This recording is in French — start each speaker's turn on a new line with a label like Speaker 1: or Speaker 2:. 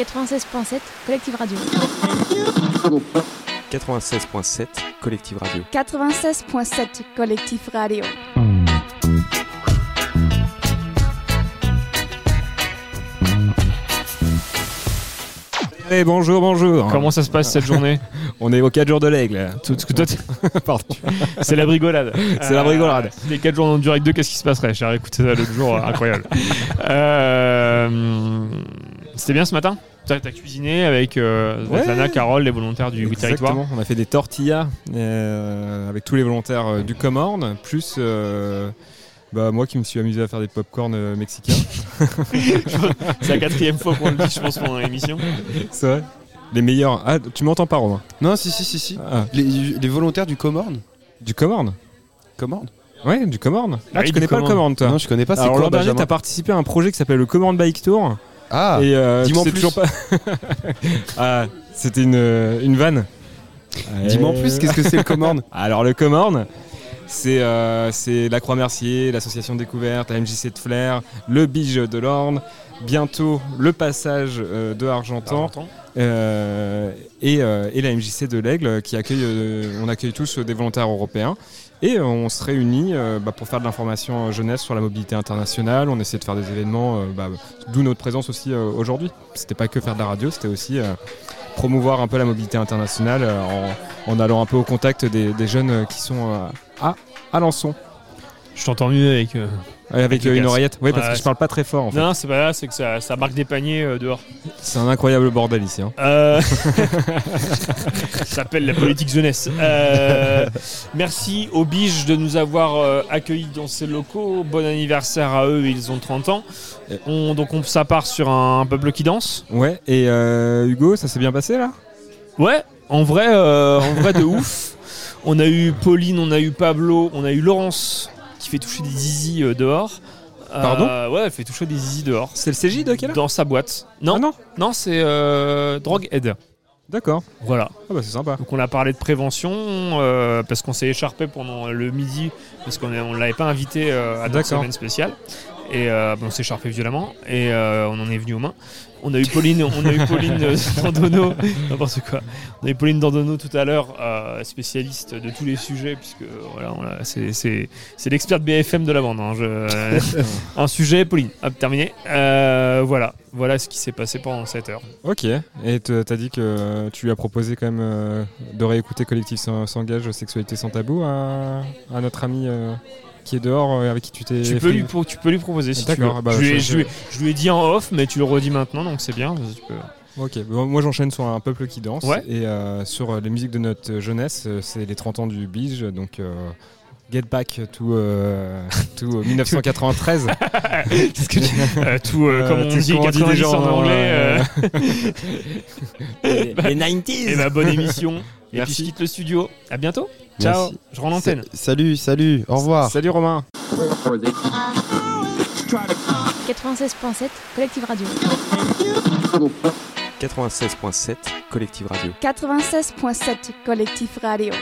Speaker 1: 96.7 Collective Radio.
Speaker 2: 96.7 Collective Radio.
Speaker 3: 96.7 Collectif Radio.
Speaker 2: Allez, Eh, bonjour, bonjour.
Speaker 4: Comment ça se passe cette journée
Speaker 2: On est aux 4 jours de l'aigle.
Speaker 4: Tout ce que toi, t'es-
Speaker 2: Pardon.
Speaker 4: c'est la brigolade.
Speaker 2: C'est la brigolade.
Speaker 4: Euh, si les 4 jours dans le Direct 2, qu'est-ce qui se passerait J'ai réécouté ça l'autre jour, euh, incroyable. Euh, C'était bien ce matin T'as t'as cuisiné avec euh,
Speaker 2: Ouais.
Speaker 4: Svetlana, Carole, les volontaires du Oui Territoire.
Speaker 2: Exactement. On a fait des tortillas euh, avec tous les volontaires euh, du Comorne, plus euh, bah, moi qui me suis amusé à faire des popcorn euh, mexicains.
Speaker 4: C'est la quatrième fois qu'on le dit, je pense, pendant l'émission.
Speaker 2: C'est vrai Les meilleurs. Ah, tu m'entends pas, Romain
Speaker 5: Non, si, si, si, si.
Speaker 2: Ah,
Speaker 5: Les, les volontaires du Comorn
Speaker 2: Du Comorne
Speaker 5: Comorne
Speaker 2: Ouais, du Comorne. Ah, tu
Speaker 4: Oui, du
Speaker 2: connais pas le
Speaker 4: Comorne.
Speaker 2: Comorne, toi Ah,
Speaker 5: Non, je connais pas. C'est
Speaker 2: Alors,
Speaker 5: quoi
Speaker 2: l'an dernier,
Speaker 5: Benjamin
Speaker 2: t'as participé à un projet qui s'appelle le Comorne Bike Tour.
Speaker 5: Ah,
Speaker 2: et euh,
Speaker 5: dis-moi
Speaker 2: tu sais
Speaker 5: en plus.
Speaker 2: toujours pas. ah, c'était une, euh, une vanne.
Speaker 5: dis-moi en plus, qu'est-ce que c'est le Comorn
Speaker 2: Alors le Comorne, c'est euh, c'est la Croix-Mercier, l'association découverte, la MJC de Flair, le Bige de l'Orne, bientôt le passage euh, de Argentan euh, et, euh, et la MJC de l'Aigle qui accueille, euh, on accueille tous euh, des volontaires européens. Et euh, on se réunit euh, bah, pour faire de l'information euh, jeunesse sur la mobilité internationale. On essaie de faire des événements, euh, bah, d'où notre présence aussi euh, aujourd'hui. C'était pas que faire de la radio, c'était aussi euh, promouvoir un peu la mobilité internationale euh, en, en allant un peu au contact des, des jeunes euh, qui sont euh, à Alençon
Speaker 4: Je t'entends mieux avec. euh,
Speaker 2: Euh, avec
Speaker 4: les
Speaker 2: euh, une
Speaker 4: casques.
Speaker 2: oreillette. Oui, parce
Speaker 4: Ouais,
Speaker 2: que je parle pas très fort en fait.
Speaker 4: Non, non, c'est pas là, c'est que ça, ça marque des paniers euh, dehors.
Speaker 2: C'est un incroyable bordel ici. hein.
Speaker 4: Euh, Ça s'appelle la politique jeunesse. Euh, Merci aux Biges de nous avoir euh, accueillis dans ces locaux. Bon anniversaire à eux, ils ont 30 ans. On, donc on, ça part sur un peuple qui danse.
Speaker 2: Ouais, et euh, Hugo, ça s'est bien passé là
Speaker 4: Ouais, en vrai, euh, en vrai de ouf. On a eu Pauline, on a eu Pablo, on a eu Laurence qui fait toucher des zizi euh, dehors. Euh,
Speaker 2: Pardon
Speaker 4: Ouais, elle fait toucher des zizi dehors.
Speaker 2: C'est le CJ de quelle heure
Speaker 4: Dans sa boîte. Non,
Speaker 2: Ah
Speaker 4: non.
Speaker 2: non
Speaker 4: c'est euh, Drug Head.
Speaker 2: D'accord.
Speaker 4: Voilà.
Speaker 2: Ah bah c'est sympa.
Speaker 4: Donc on a parlé de prévention euh, parce qu'on s'est écharpé pendant le midi parce qu'on est- on l'avait pas invité euh, à notre
Speaker 2: D'accord.
Speaker 4: semaine spéciale et euh, bon, on s'est écharpé violemment et euh, on en est venu aux mains. On a eu Pauline, on a eu Pauline euh, Dandono, n'importe quoi. On a eu Pauline Dandono tout à l'heure, euh, spécialiste de tous les sujets puisque voilà, on l'a- c'est- c'est c'est l'expert de BFM de la bande. hein, je- un sujet, Pauline. Hop, terminé. Euh, voilà, voilà ce qui s'est passé pendant cette heure.
Speaker 2: Ok. Et te- t'as dit que euh, tu lui as proposé quand même euh, de réécouter Collectif S'en- s'engage, sexualité sans tabou à, à notre ami euh, qui est dehors euh, avec qui tu t'es.
Speaker 4: Tu peux, lui, pro- tu peux lui proposer si tu veux.
Speaker 2: D'accord, bah,
Speaker 4: je, lui ai,
Speaker 2: je-
Speaker 4: je lui ai- je lui ai dit en off, mais tu le redis maintenant, donc c'est bien. tu peux-
Speaker 2: Ok. Bon, moi j'enchaîne sur un peuple qui danse
Speaker 4: Ouais.
Speaker 2: et euh, sur euh, les musiques de notre jeunesse, euh, c'est les 30 ans du Bige, donc. euh, Get Back to, euh, to, euh, 1993.
Speaker 4: Parce que tu- euh, tout, euh,
Speaker 2: Euh,
Speaker 4: comme on
Speaker 2: tu-
Speaker 4: dit,
Speaker 2: comment on dit
Speaker 4: 90
Speaker 2: déjà
Speaker 4: en
Speaker 2: en,
Speaker 4: anglais.
Speaker 2: euh,
Speaker 4: euh,
Speaker 2: les, 90s
Speaker 4: et bah, ma bonne émission. Et puis
Speaker 2: Merci.
Speaker 4: je quitte le studio. À bientôt. Ciao.
Speaker 5: Merci.
Speaker 4: Je rends l'antenne.
Speaker 5: Sa- Salut, salut, au revoir.
Speaker 2: Salut Romain
Speaker 1: 96.7 Collective Radio.
Speaker 2: 96.7 Collective Radio.
Speaker 3: 96.7 Collectif Radio.